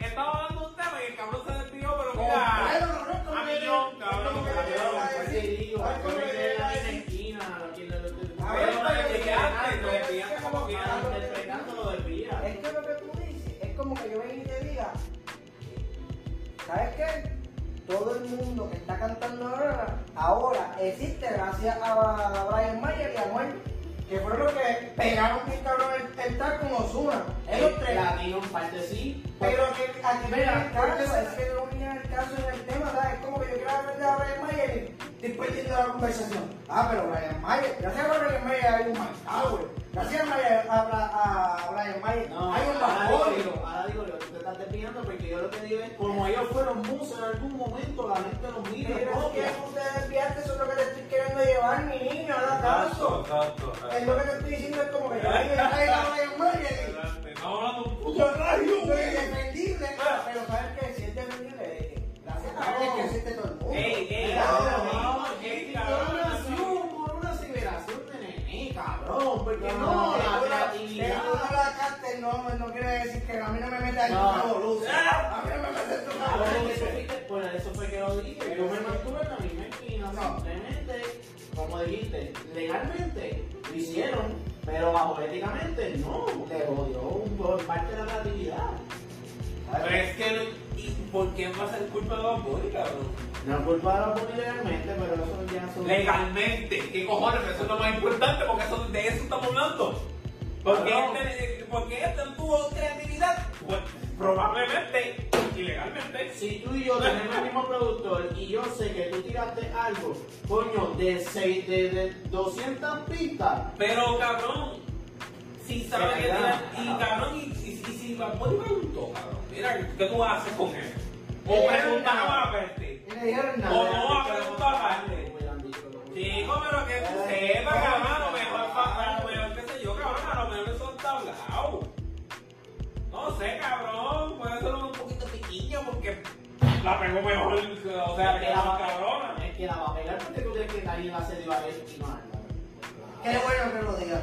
S5: estaba dando un tema y el cabrón se desvió, pero
S4: Bueno,
S5: mira.
S4: no, no,
S5: A
S4: no, no,
S5: millón, cabrón,
S4: no, no,
S5: cabrón.
S4: no,
S3: Fue ese lío,
S4: Ay,
S3: fue el
S4: ¿cómo le
S3: de la
S4: iba a decir?
S3: esquina, lo que- lo- lo- lo-
S4: A
S3: Pero
S4: ver,
S3: no
S4: pero
S3: le
S4: que
S3: pegaste,
S5: te
S3: no le
S5: desviaste
S3: pegaste,
S5: como
S3: no,
S5: quiera.
S3: interpretando lo desvías.
S4: Es que lo que tú dices es como que yo venga y te diga, ¿sabes qué? Todo el mundo que está cantando ahora, ahora existe gracias a Brian Mayer y a Noel. que fueron los que pegaron bien cabrón el, el tag con Osuna. Ellos tres.
S3: Latino en parte sí.
S4: Pero que aquí no viene
S3: Mira,
S4: el caso,
S3: porque-
S4: es que no viene el caso en el tema, ¿sabes? Es como que yo quiero hablar de Brian Mayer y estoy perdiendo la conversación. Ah, pero Brian Mayer, gracias a Brian Mayer hay un McDowell, gracias a, Brian- a, Bra- a Brian Mayer
S3: No,
S4: hay un
S3: ahora
S4: Bacorio.
S3: digo, ahora digo, Leo, tú te estás desviando porque yo lo que digo es, como ellos fueron musos en algún momento, la gente los mira,
S4: Pero es
S3: copia.
S4: que ustedes enviaste, eso es lo que te estoy queriendo llevar, mi niño, haga caso.
S5: Exacto.
S4: Es lo que te estoy diciendo, es como que yo alguien traigo a Brian Mayer. y-
S5: Estamos hablando de un puto
S4: Yo no es defendible, pero ¿sabes qué? Si es defendible, eh, gracias a Dios que existe todo el mundo.
S3: Ey, ey,
S4: Claro,
S3: ahora,
S4: no,
S3: ahora,
S5: no,
S3: ey,
S5: ey,
S3: por
S5: cabrón,
S3: una
S5: no.
S3: acción, por una aseveración de nené, cabrón, porque
S4: no,
S3: no,
S4: no,
S3: la
S4: no,
S3: creatividad.
S4: que tú no la cantes, no, no quiere decir que a mí no me metas en tu
S3: No.
S4: revolución.
S5: Ah.
S4: A mí no me metas en tu
S3: Por eso,
S4: revolución.
S3: fuiste- por eso fue que lo dije, yo me mantuve en la misma esquina,
S4: No.
S3: simplemente, como dijiste, legalmente lo hicieron, pero bajo éticamente no, le jodió un- por parte de la creatividad.
S5: Pero es que, ¿y por qué va a ser culpa de Bad Bunny, cabrón?
S3: No es culpa de la poli legalmente, pero eso ya son...
S5: Legalmente, ¿qué cojones? Eso es lo más importante porque eso, de eso estamos hablando. Porque
S3: Cabrón.
S5: este, porque este tuvo creatividad, pues probablemente, ilegalmente.
S3: Si tú y yo tenemos el mismo productor y yo sé que tú tiraste algo, coño, de, seis, de, de 200 pistas,
S5: Pero cabrón, si sabes que
S3: Legalidad.
S5: tiene- y cabrón, y, y- y si Bad Bunny preguntó, cabrón, mira, ¿qué tú haces con él? O preguntas a Verte.
S4: Y le dijeron
S5: O
S4: nada.
S5: no a preguntar a Verte.
S3: como me lo han dicho los
S5: Chico, pero que sepa, cabrón, a lo mejor, pa- a lo mejor, qué sé yo, cabrón, a lo mejor eso está hablado. No sé, cabrón, puede ser un poquito piquiño porque la pegó mejor, o sea,
S3: Es
S5: que
S3: que la
S5: la
S3: va-
S5: cabrona.
S3: es que la va a pegar porque tú crees que nadie va a hacer de a él y no a él.
S4: Qué bueno que lo digas.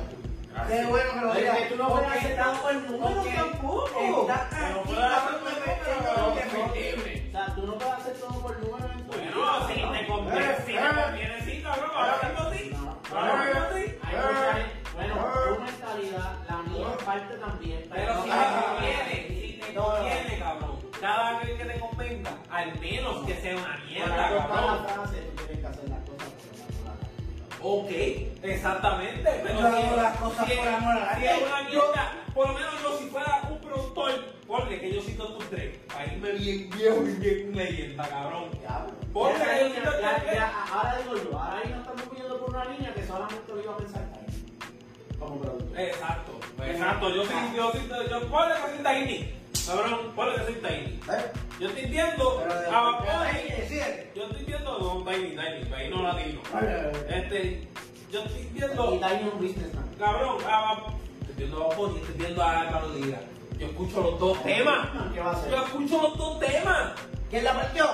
S4: Qué bueno que lo
S3: Oye,
S4: digas.
S3: que tú no puedes
S4: Porque
S3: hacer
S4: está-
S3: tanto el número
S4: porque
S3: tampoco.
S4: está
S5: Que no
S4: aquí,
S5: puede hacer
S4: cabrón,
S5: número,
S4: que me-
S5: pero
S4: que me-
S5: comprendible.
S3: O sea, tú no puedes hacer todo por número en tu
S5: Bueno, si te conviene, si te conviene, sí, cabrón, ahora mismo sí.
S3: No.
S5: Ahora mismo sí.
S3: Hay mucha gente- bueno, tu mentalidad, la mía en parte también,
S5: Pero si
S3: Ah,
S5: te conviene, si te conviene, cabrón. Cada vez que te comenta, al menos que sea una mierda,
S3: Para cortar
S5: cabrón.
S3: la frase, tú tienes que hacer las cosas por la moral.
S5: Ok, exactamente. Pero
S4: Yo
S5: si
S4: hago
S5: es-
S4: las cosas
S5: si es-
S4: por amor al
S5: si
S4: arte.
S5: es una mierda, por lo menos yo si fuera un productor, ponle que yo cito tus tres. Para irme bien viejo y bien leyenda, cabrón.
S3: Diablo.
S5: Porque
S3: Ya,
S5: hay un
S3: ya,
S5: doctor
S3: ya,
S5: que-
S3: ya, Ahora digo yo, ahora ahí nos estamos pidiendo por una línea que solamente lo iba a pensar Jaime, como
S5: Eh,
S3: productor.
S5: Exacto, pues, exacto. Yo soy, yo soy, yo, ponle que soy Taini. Cabrón, ponle que soy Taini.
S4: ¿Eh?
S5: Yo estoy viendo
S4: Pero de-
S5: a Bad Bunny.
S4: ahí, decide.
S5: Yo estoy viendo no, Tiny, Tiny, Taino Latino. Este, yo estoy
S3: Y
S5: viendo,
S3: Tiny es un businessman.
S5: cabrón, a, estoy viendo a Bad Bunny, estoy viendo a Álvaro Díaz. Yo escucho los dos temas.
S3: ¿Qué va a hacer?
S5: Yo escucho los dos temas.
S4: ¿Quién la partió?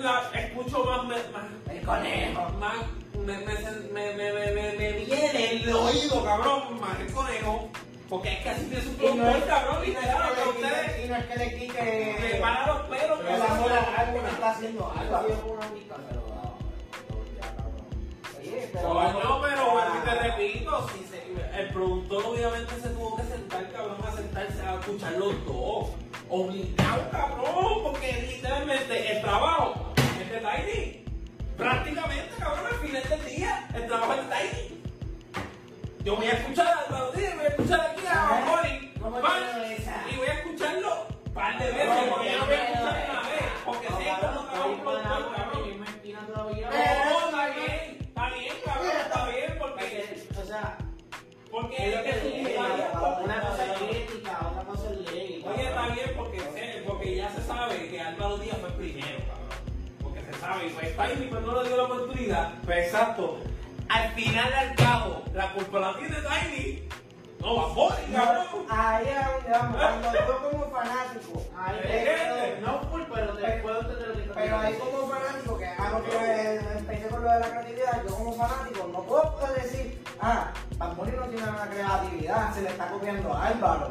S5: La, escucho más, me- más,
S4: El conejo.
S5: más, me, me, me, me, me, me, me viene el oído, cabrón, más el conejo. Porque es que así tiene su
S4: Y no es-
S5: productor, cabrón,
S4: y
S5: y
S4: no
S5: te
S4: es
S5: da
S4: que le
S5: ustedes.
S4: quite- y no es que le quite.
S5: Me para los pelos,
S4: Pero
S5: que
S4: la
S5: se
S4: mola
S5: muera
S4: algo que
S5: alguna.
S4: está haciendo
S3: Algo
S4: algo.
S3: así por una pista, pero, ah, pero ya, cabrón.
S4: Oye,
S5: Coño, Pues pero vuelvo y te repito, si se- el productor obviamente se tuvo que sentar, cabrón, a sentarse a escuchar los dos. Obligado, cabrón, porque literalmente el trabajo es de Tiny. Prácticamente, cabrón, al final del día, el trabajo es de Tiny. Yo voy a escuchar a Raúl Díaz, voy a escuchar aquí a
S4: Ajá.
S5: Bamboni,
S4: ¿Cómo
S5: pan,
S4: te lo esa?
S5: y voy a escucharlo un par de veces, porque yo no voy a escuchar una vez, porque sé cómo trabaja un productor,
S3: Yo
S5: cabrón.
S3: me imagino todavía-
S5: No, está bien, está bien, cabrón, está bien, porque,
S3: O sea,
S5: porque
S3: es lo que
S5: es
S3: dije,
S5: un
S3: cabrón, una cosa es
S5: Oye,
S3: ética, otra cosa es ley.
S5: está bien porque, se- porque ya se sabe que Álvaro Díaz fue el primero, cabrón. Porque se sabe, y pues Tiny pues no le dio la oportunidad. Pues exacto. Al final al cabo, la culpa la tiene Tiny. No, va a morir, cabrón.
S4: Ahí es donde vamos, cuando yo como fanático,
S3: Ahí
S5: ¿Me
S3: te
S5: entiendes?
S3: no full, pero después usted te lo tiene que
S4: pero ahí
S3: hacer.
S4: como fanático, que a lo que empecé con lo de la creatividad, yo como fanático no puedo decir, ah, Bad Bunny no tiene una creatividad, se le está copiando a Álvaro.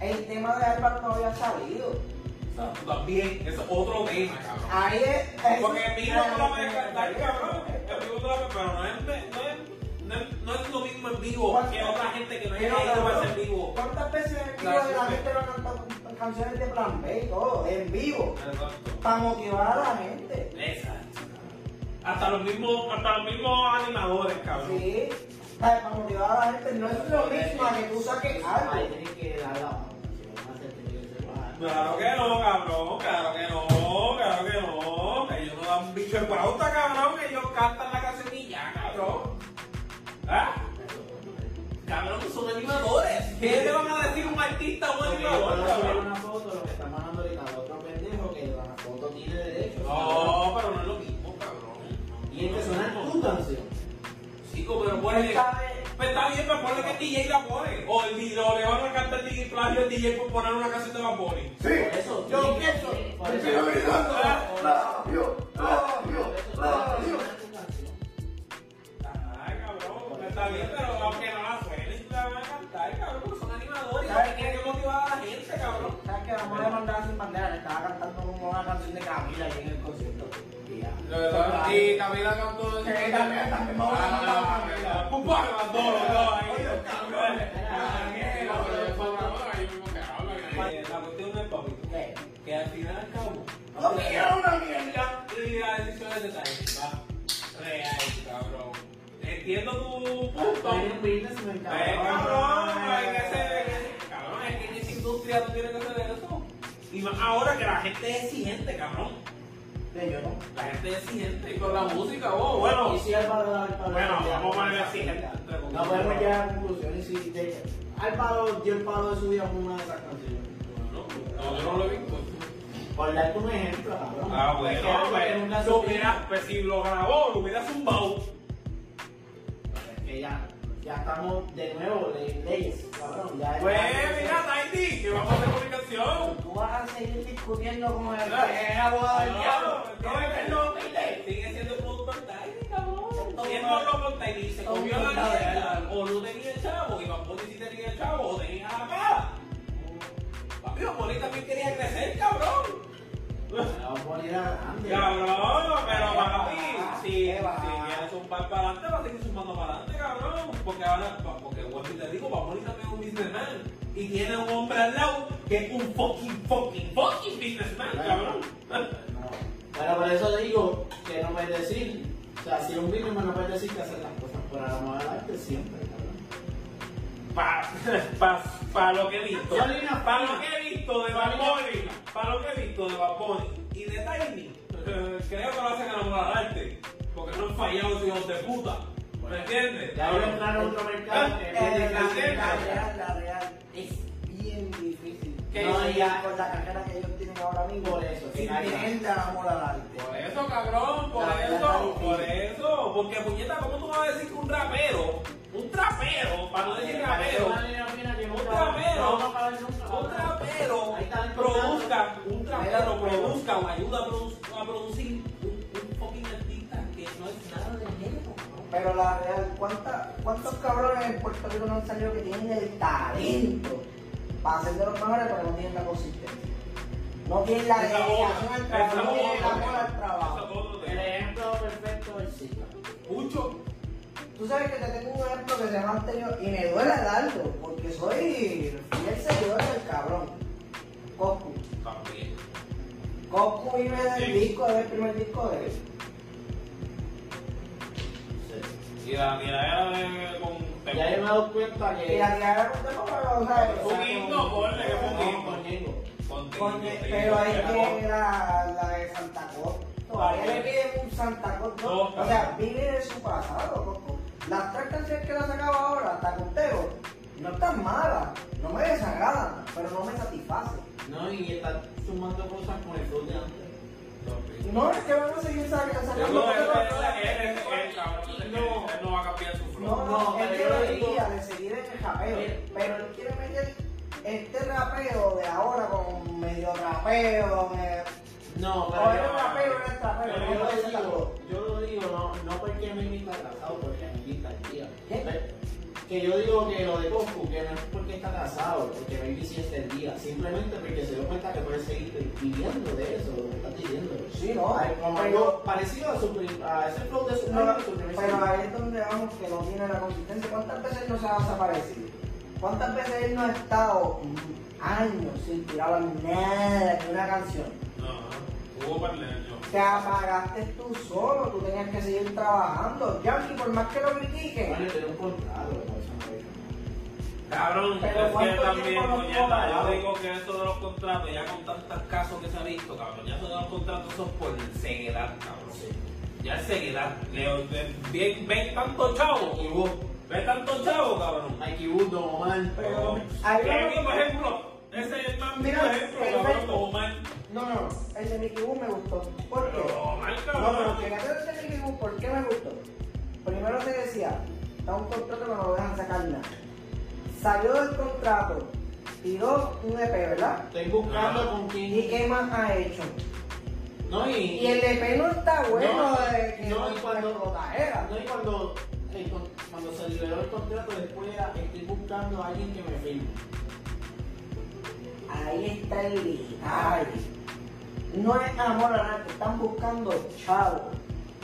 S4: El tema de Álvaro no había salido.
S5: Exacto, También, es otro tema, cabrón.
S4: Ahí es. eso-
S5: Porque el mismo no la voy a cantar, cabrón. El mismo no la voy a pero no es, no es, no es, no es lo mismo en vivo que otra gente que no haya ido a hacer vivo.
S4: ¿Cuántas veces en vivo
S5: Claro,
S4: de la
S5: sí.
S4: gente lo ha cantado con canciones de plan B y todo? En vivo.
S5: Exacto.
S4: Para motivar a la gente.
S5: Exacto. Hasta los mismos, hasta los mismos animadores, cabrón.
S4: Sí. ¿sabes? Para motivar a la gente, no es lo mismo a que tú saques
S3: Ay,
S4: algo.
S3: tienes que dar la mano, si no vas a hacer que yo sepa.
S5: Claro que no, cabrón, claro que no, claro que no. Que ellos no dan un bicho de pauta, cabrón, que ellos cantan la canción y ya, cabrón. ¿Ah? Cabrón, son animadores. ¿Qué le van a decir un artista o un
S3: Porque yo
S5: animador,
S3: puedo subir
S5: cabrón?
S3: una foto, lo que está mandando ahorita al otro pendejo que la foto tiene derecho.
S5: No, pero no es lo mismo, cabrón. este
S3: Y es que suena tu canción.
S5: Chico, pero ponle. Pues está bien, pero ponle que el DJ la pone. O el DJ, o le van a cantar el DJ plagio al DJ por poner una canción de Bad Bunny.
S3: Por eso.
S4: Yo pienso,
S3: Por
S2: Te
S3: eso.
S2: sigo gritando. Radio, radio, radio.
S5: Ay, cabrón, pues está bien, pero aunque no la suenen, la van a cantar, cabrón, porque son animadores.
S4: ¿Sabes
S5: Y tienen que motivar a la gente, cabrón.
S4: ¿sabes que Vamos a mandar sin bandera, le estaba cantando como una canción de Camila ahí en el concierto. Y ya.
S5: Y Camila cantó
S4: Sí, también, también vamos a mandar a Camila.
S5: Eh, La cuestión no es papito,
S4: ¿Qué?
S5: que al final al cabo,
S3: Ah.
S4: ¡No quiero una mierda!
S5: y la decisión es de la gente, va. Real, cabrón. Entiendo tu punto.
S3: Soy un businessman,
S5: Eh,
S3: cabrón.
S5: cabrón, hay que hacer- cabrón, es que en esa industria tú tienes que hacer eso. Y más ahora que la gente es exigente, cabrón.
S3: De yo.
S5: La gente es exigente con la música, oh, bueno.
S3: Y si Álvaro da Álvaro.
S5: Bueno,
S3: da-
S5: vamos a ponerle así, gente, entre
S3: No
S5: comillas.
S3: podemos llegar a conclusiones. Si de- Álvaro dio el palo de su vida con una de esas canciones.
S5: No, no, yo no lo he visto.
S3: Por darte un ejemplo, cabrón.
S5: Ah, bueno,
S3: Es que Álvaro
S5: pues,
S3: nunca
S5: lo
S3: supo-
S5: hubiera- pues si lo grabó, lo hubiera zumbado.
S3: Es que ya, ya estamos de nuevo, le- leyes, cabrón. Ya
S5: Pues mira, Taiti, que vamos a hacer comunicación.
S4: Tú vas a seguir discutiendo como el
S5: Claro.
S4: que es abogado del
S5: No,
S4: diablo.
S5: no,
S4: No me perdones.
S5: Sigue siendo productor Taiti, cabrón.
S4: Todo
S5: Siendo
S4: mal.
S5: productor Taiti, se
S4: Todo
S5: comió la
S4: mal.
S5: mierda. O no tenía chavo, y Bamboni sí tenía chavo, o tenía acá. Papi, Bamboni también quería crecer, cabrón.
S3: Vamos a poner a grande.
S5: Cabrón, pero
S4: Qué
S5: papi,
S4: va,
S5: si, si
S4: qué va.
S5: quieres zumbar para adelante, vas a seguir zumbando para adelante, cabrón. Porque ahora, pa- porque vuelvo y te digo, Bamboni también es un businessman. Y tiene un hombre al lado que es un fucking, fucking, fucking businessman, cabrón.
S3: No. Pero por eso digo que no puedes decir, o sea, si un mínimo no puedes decir que hacer las cosas por amor al arte siempre, cabrón.
S5: Para pa, pa lo que he visto.
S3: Son líneas
S5: Para lo
S3: finas.
S5: que he visto de
S3: Son líneas
S5: Bamboni. Para lo que he visto de Bamboni y de Tiny. eh, Creo que lo hacen enamorar al arte. Porque no han fallado, hijos de puta. ¿Me entiendes?
S3: Ya ellos entraron a otro mercado que
S5: Eh,
S3: viene
S4: Eh, La
S3: casi-
S5: eh,
S4: la real, la real, es bien difícil.
S5: ¿Qué?
S4: No, ya con la carrera que ellos tienen ahora mismo.
S3: Por eso, que
S4: sin
S3: caiga.
S4: tenerle amor al arte.
S5: Por eso, cabrón, por
S4: La- la está
S5: eso,
S4: difícil.
S5: por eso. Porque, puñeta, ¿cómo tú vas a decir que un rapero, un trapero, para no
S3: Eh,
S5: decir rapero,
S3: Una línea fina que nunca
S5: Un
S3: va-
S5: rapero.
S3: no va a acabar nunca,
S5: un
S3: cabrón.
S5: trapero
S3: Ahí está el
S5: produzca, un trapero
S4: Ahí está el
S5: produzca o ayuda a, produ- a producir un, un fucking artista que no es nada de género, cabrón.
S4: Pero la real, ¿cuánta- ¿cuántos cabrones en Puerto Rico no han salido que tienen el talento para ser de los mejores, pero no tienen la consistencia? No tienen la
S5: Esa
S4: dedicación
S5: bola,
S4: al trabajo,
S5: esa
S4: no tienen el
S5: bola,
S4: amor al
S5: esa
S4: trabajo.
S5: bola de-
S3: El ejemplo perfecto es Zika.
S5: Mucho.
S4: Tú sabes que te tengo un ejemplo que se me ha mantenido y me duele darlo, porque soy fiel seguidor del cabrón. Coscu.
S5: También.
S4: Coscu vive del
S5: Sí.
S4: disco, es el primer disco de él.
S5: Y la tiradera de con.
S3: Ya yo me he dado cuenta que.
S4: Y la que haga un tema, pero, o sea,
S5: Fue un himno, ponle que fue un
S3: No,
S5: himno.
S3: con Ñengo.
S5: con-
S4: Porque- pero hay que la, la de Santa Claus. Todavía le piden un Santa Claus. ¿no?
S5: No,
S4: o sea, vive de su pasado, loco. Las tres canciones que la sacaba ahora, hasta conteo, no están malas. No me desagradan, pero no me satisfacen.
S3: No, y está sumando cosas con el flow de antes.
S4: No es que van a seguir sac-
S5: Yo
S4: sacando.
S5: creo que
S4: cosas.
S5: él es el cabrón. él No va a cambiar su flow.
S4: No, no,
S3: No,
S4: él
S3: pero
S4: quiere
S3: yo
S4: la de seguir en el rapeo.
S3: Mira.
S4: Pero él quiere meter este rapeo de ahora con medio rapeo. eh,
S3: No,
S4: O
S3: pero.
S4: era rapeo, era trapero,
S3: pero
S4: no
S3: yo,
S4: era
S3: lo
S4: Santa Claus.
S3: digo, yo lo digo, no, no porque me invita casado, porque me invita el día.
S4: ¿Qué?
S3: Pero Que yo digo que lo de Coscu, que no es porque está casado, porque me hiciste el día, simplemente porque se dio cuenta que puede seguir viviendo de eso, lo que estás diciendo.
S4: Sí, no,
S3: Ay, como
S4: pero-
S3: algo parecido a, su, prim- a ese flow de su
S4: No,
S3: de su primer
S4: pero
S3: single.
S4: ahí es donde vamos que no tiene la consistencia. ¿Cuántas veces no se ha desaparecido? ¿Cuántas veces él no ha estado años sin tirar nada de una canción?
S5: No, hubo para leer yo.
S4: Te apagaste tú solo, tú tenías que seguir trabajando. Yankee, por más que lo critiquen,
S3: Coño, tenía un contrato, pues, me parece una vez.
S5: Cabrón,
S4: Pero
S5: es que
S4: ¿cuánto
S5: también,
S4: tiempo nos
S5: puñeta, yo
S4: cobraron?
S5: digo que eso de los contratos, ya con tantos casos que se ha visto, cabrón, ya eso de los contratos son por ceguedad, cabrón. Ya es ceguedad. Leo, ve- Ven, ven tanto chavo,
S3: Y vos,
S5: ven tanto chavo, cabrón.
S3: Mikey Wood, Don Omar.
S4: pero...
S5: Es
S4: ahí
S5: el
S4: lo-
S5: mismo ejemplo. Ese es el más mismo
S4: Mira,
S5: ejemplo, cabrón,
S4: perfecto.
S5: como mal.
S4: No, no, no, el de Mickey Boom me gustó. ¿Por qué?
S5: Pero mal,
S4: No, pero
S5: cabrón.
S4: fíjate el de Mickey Boom, ¿por qué me gustó? Primero se decía, está un contrato que no lo dejan sacar nada. Salió del contrato, tiró un EP, ¿verdad?
S3: Estoy buscando con
S4: ¿Y
S3: quién.
S4: qué más ha hecho?
S3: No, y.
S4: Y el EP no está bueno
S3: No,
S4: de que
S3: no,
S4: no,
S3: y cuando-
S4: era.
S3: No, y cuando, el con- cuando se liberó el contrato después era, estoy buscando a alguien que me firme.
S4: Ahí está el detalle. No es amor al arte, están buscando chavos.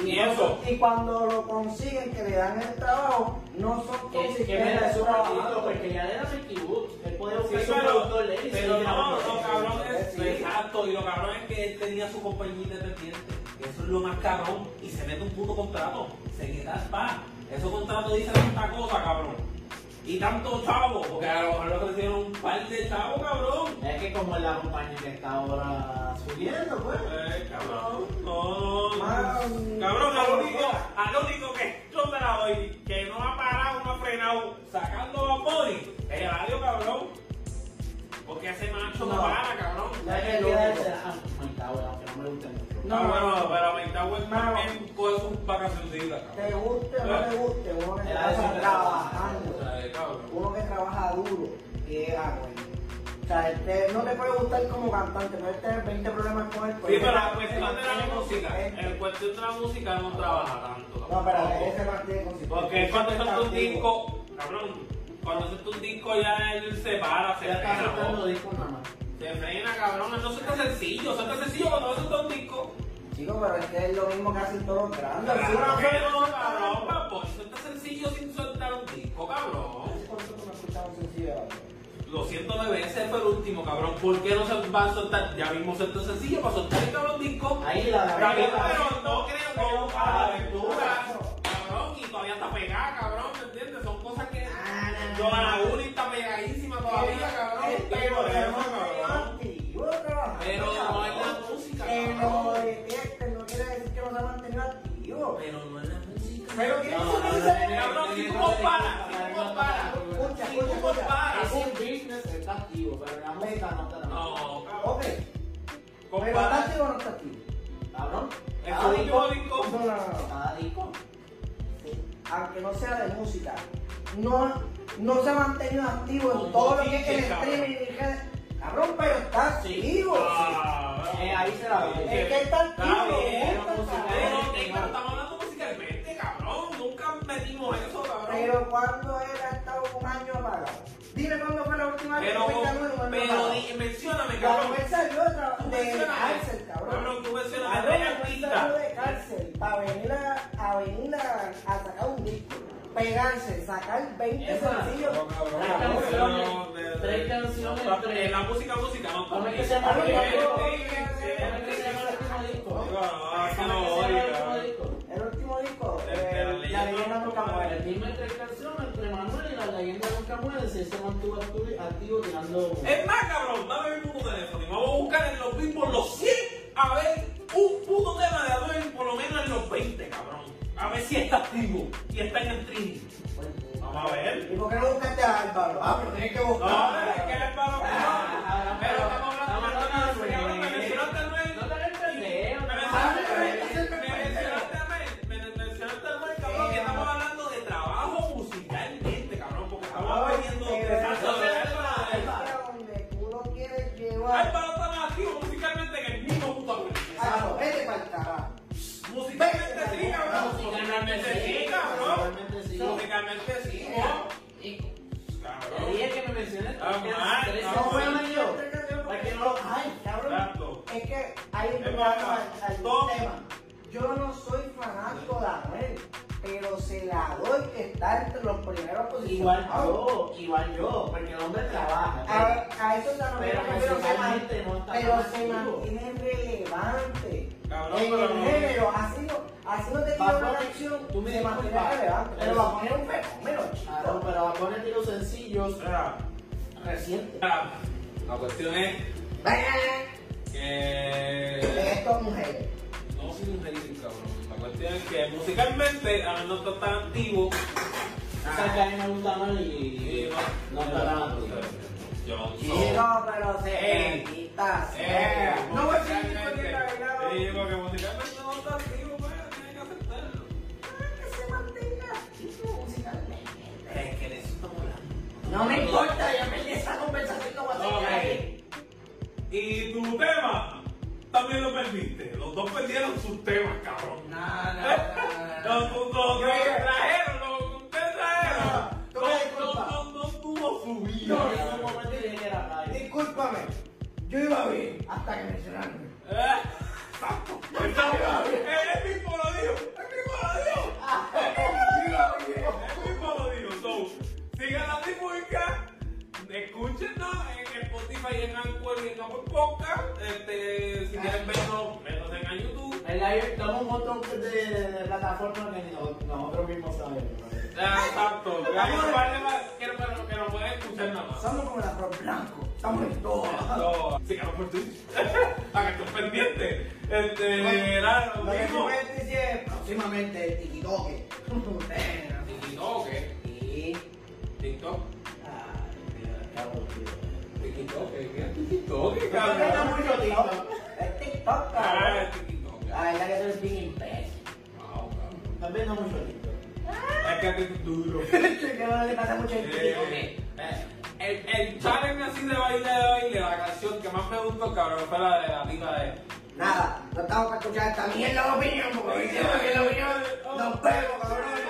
S5: Y
S4: no
S5: eso.
S4: son- y cuando lo consiguen, que le dan el trabajo, no son
S3: Que,
S4: consistentes.
S3: que me da su
S4: trabajando.
S3: ratito, porque ya era Ricky Woods. Él podía
S5: Sí,
S3: buscar su
S5: pero,
S3: productor ley.
S5: pero no, no, cabrón, es
S4: Sí.
S5: exacto, y lo cabrón es que él tenía su compañía independiente, que eso es lo más cabrón, y se mete un puto contrato, se queda pa, esos contratos dicen tanta cosa, cabrón, y tanto chavo, porque a lo mejor le ofrecieron un par de chavos, cabrón.
S3: Es que como es la compañía que está ahora subiendo, pues.
S5: Eh, cabrón, no, no.
S4: Man.
S5: Cabrón, al único, al único que yo te la doy, que no ha parado, no ha frenado, sacando a Body, es radio, cabrón. Porque ese macho no,
S3: No.
S5: para, cabrón.
S3: Ya que
S4: es
S3: yo
S4: que darse-
S3: ah, está ahora, aunque no me gusta mucho.
S5: No,
S4: No,
S5: bueno, pero me está buen
S4: No.
S5: también coge sus vacacioncitas,
S4: Te
S5: cabrón.
S4: guste o no te guste, uno que
S3: Era eso,
S4: está
S3: era
S4: trabajando.
S5: O sea, eh, cabrón.
S4: uno que trabaja duro, que es agua. O sea, este, no te puede gustar como cantante, puedes tener 20 problemas con el
S5: Sí, pero la
S4: Ese
S5: cuestión de la
S4: mantiene
S5: música,
S4: consistente.
S5: el cuestión de la música no trabaja tanto.
S4: No,
S5: tampoco.
S4: pero ese mantiene consistente.
S5: Porque él cuando suelta un
S4: Activo.
S5: disco, cabrón, cuando suelta un disco ya él se para, se
S3: Ya está
S5: frena,
S3: soltando
S5: ¿no?
S3: disco nada más.
S5: se frena, cabrón, no suelta sencillo, suelta sencillo cuando suelta un disco.
S4: Chico, pero es que es lo mismo que hacen todos los grandes.
S5: Claro
S4: Si uno
S5: que
S4: hace-
S5: no, cabrón, papo, suelta sencillo sin soltar un disco, cabrón.
S4: ¿Hace cuánto tú no escuchas un sencillo?
S5: Lo siento de veces, fue el último, cabrón, ¿por qué no se va a soltar? Ya mismo suelta sencillo para soltar el cabrón disco.
S3: Ahí la
S5: Está bien,
S3: la-
S5: pero no creo que un para la aventura, cabrón, y todavía está pegada, cabrón, ¿me entiendes? Son cosas que... Yo a la uni está pegadísima todavía, cabrón.
S4: Este
S5: Pero
S4: programa
S5: cabrón.
S4: es activo, trabajando,
S5: Pero no es la
S4: cabrón.
S5: música,
S4: Que lo
S5: cabrón.
S4: detesten, no quiere decir que no se ha mantenido activo.
S5: Pero no es la música.
S4: Pero ¿quién
S3: No,
S4: dice
S3: no,
S4: que
S3: no,
S4: se-
S3: no,
S5: Cabrón, si tú comparas, si tú comparas,
S4: Escucha,
S5: si
S4: escucha,
S5: tú
S4: escucha.
S5: comparas...
S3: Es un business, está activo, pero la música no está nada.
S5: No, cabrón.
S4: Ok, pero ¿está
S5: Comparas
S4: activo o no está activo?
S3: Cabrón,
S5: el
S3: cada disco,
S5: único
S4: No, no, no, no.
S3: cada disco.
S4: aunque no sea de música, no, no se ha mantenido activo en todo lo que es el streaming. y que- Cabrón, pero está activo.
S5: Ah,
S3: Eh, ahí se la ve.
S4: Es que está activo.
S5: Está bien,
S4: está
S3: pero
S4: activo.
S5: Pero eh, pero estamos hablando musicalmente, cabrón. Nunca metimos eso, cabrón.
S4: Pero cuando él ha estado un año apagado. Dime cuándo fue la última vez
S5: Pero,
S4: que fuiste a un año
S5: pero,
S4: apagado.
S5: di- mencióname,
S4: Cuando
S5: cabrón.
S4: él salió de, tra-
S5: Tú
S4: de
S5: mencionas-
S4: cárcel, cabrón.
S5: Cabrón, tú mencionas
S4: Cabrón,
S5: de
S4: él
S5: artista.
S4: salió de cárcel para venir a, a venir a, a sacar un disco, pegarse, sacar 20
S3: Esa.
S4: sencillos. Ah,
S3: Cabrón,
S5: No, de- de-
S3: tres canciones,
S5: no,
S3: tres.
S5: en La música, música, no.
S3: ¿Cómo es que se llama?
S5: Cabrón,
S3: ¿Cómo es
S5: este
S3: que se llama el último
S5: Digo,
S3: disco?
S5: no, es que no
S3: ¿Cómo es que se llama
S5: voy, cabrón.
S3: el último disco?
S4: El último disco,
S5: El de
S4: eh,
S5: la
S4: La
S5: leyenda
S4: leyenda nunca
S5: nunca
S4: muere.
S3: El mismo entre canciones, entre Manuel y la leyenda nunca muere, se se mantuvo actu- activo tirando.
S5: Es más, cabrón, dame mi puto teléfono y vamos a buscar en los mismos los 100 a ver un puto tema de Adobe, por lo menos en los 20, cabrón. A ver si está activo y está en el streaming. Vamos a ver.
S4: ¿Y por qué no buscaste a Álvaro? Ah, pero tienes que
S5: No,
S4: buscar.
S5: es que es para los
S3: Ah,
S5: Pero estamos hablando
S3: estamos
S5: de
S3: hablando de
S5: una pues, cabrón, me
S3: Anuel.
S5: mencionaste a Anuel.
S3: No te lo entendés, no te
S5: Me
S3: lo
S5: mencionaste a Anuel,
S3: entendés.
S5: me mencionaste a Anuel, me mencionaste a Anuel, cabrón, que estamos hablando de trabajo musicalmente, cabrón, porque estamos viendo
S4: Pero-
S5: de Álvaro.
S4: Mira donde tú lo quieres llevar.
S5: Álvaro está más activo musicalmente que el mismo puto Anuel.
S4: Álvaro, vete para el carajo.
S5: Musicalmente sí, cabrón. Musicalmente
S3: Musicalmente sí.
S5: sí, cabrón. Musicalmente sí, ¿no?
S3: Y- Te
S5: Cabrón.
S3: dije que me menciones
S5: Ah,
S3: tres
S5: mal,
S3: tres
S5: ah,
S3: canciones
S4: mal.
S3: yo. ¿Por qué no lo- ay,
S4: Cabrón,
S5: Exacto.
S4: es que hay un
S5: Es
S4: problema
S5: verdad.
S4: al, al
S5: Todo.
S4: tema. Yo no soy fanático de Anuel, pero se la doy que está entre los primeros
S3: Igual
S4: posicionados.
S3: yo, igual yo, porque el hombre trabaja. ¿eh?
S4: A, a eso también
S3: Pero
S4: me refiero, se
S3: musicalmente no está
S4: pero
S3: tan
S4: se
S3: activo.
S4: mantiene relevante.
S5: Cabrón,
S4: En
S5: pero
S4: el
S5: no.
S4: género, así no, así no te tira
S3: Bad
S4: una
S3: Bunny,
S4: canción
S3: tú me
S4: de manera
S3: disculpas.
S4: relevante. Pero
S3: Pero-
S4: va a poner un fenómeno,
S3: Claro,
S4: chico.
S3: pero va a poner tiros sencillos
S5: Mira,
S3: recientes.
S5: mira, la cuestión es
S4: De
S5: que.
S4: estas mujeres.
S5: No soy un hater, cabrón. La cuestión es que musicalmente a mí no está tan antiguo.
S3: O sea, que a mí me gusta más y
S5: y
S3: no está nada.
S5: Yo soy.
S4: Chico, pero se
S5: Ey.
S4: quitas.
S5: Eh,
S4: No voy a decir que
S5: musicalmente-
S4: estoy bien arreglado.
S5: Sí, porque musicalmente no está antiguo, pues, tiene que aceptarlo.
S4: Que se mantenga activo musicalmente.
S3: Pero es que de eso estamos hablando.
S4: No me importa, ya perdí esa conversación no voy a seguir
S5: Ok.
S4: ahí.
S5: Y tu tema también lo perdiste. Los dos perdieron sus temas, cabrón.
S3: No, no, no, no,
S5: Los
S3: no.
S5: los- los que trajeron, los que ustedes trajeron.
S3: Tú me
S5: No,
S3: disculpas.
S5: no, no, no tuvo su vida.
S3: Yo en un momento dije que era radio.
S4: Discúlpame, yo iba bien hasta que mencionaron.
S5: Eh, El mismo lo dijo. El mismo lo dijo. El mismo lo dijo. So, sigan la divulga. Escúchenos en Spotify, en Anchor y en Apple Podcast. Este, si quieren vernos, vernos en YouTube.
S3: En la estamos un montón de, de- de plataformas que no- nosotros mismos sabemos. ¿no?
S5: Ah, Exacto. Hay un par de más que no- que no pueden escuchar nada más.
S4: Somos como el arroz blanco, estamos en todo.
S5: No, síganos por Twitch. Para que estén pendientes. Este, nada,
S4: Lo
S5: lo
S4: que
S5: mismo.
S4: pueden decir es próximamente tikitoque.
S5: TikTok, ¿eh?
S4: Y.
S5: TikTok.
S4: ah,
S5: TikTok, ¿eh? TikTok, ¿eh,
S4: No tengas
S5: cabrón?
S4: mucho TikTok. Es TikTok,
S5: Ah,
S4: cabrón.
S5: TikTok,
S4: La verdad que tú eres bien impreso.
S5: Wow, cabrón.
S3: También no mucho lindo.
S5: Es que a ti es duro.
S4: Que no le pasa mucho el
S5: Eh,
S4: tikitoque.
S5: eh, El, el challenge así de baile de baile, la canción que más me gustó, cabrón, fue la de la tipa de.
S4: Nada, no estamos para escuchar esta mierda de opinión, porque hoy se va a la opinión. Nos vemos, cabrón.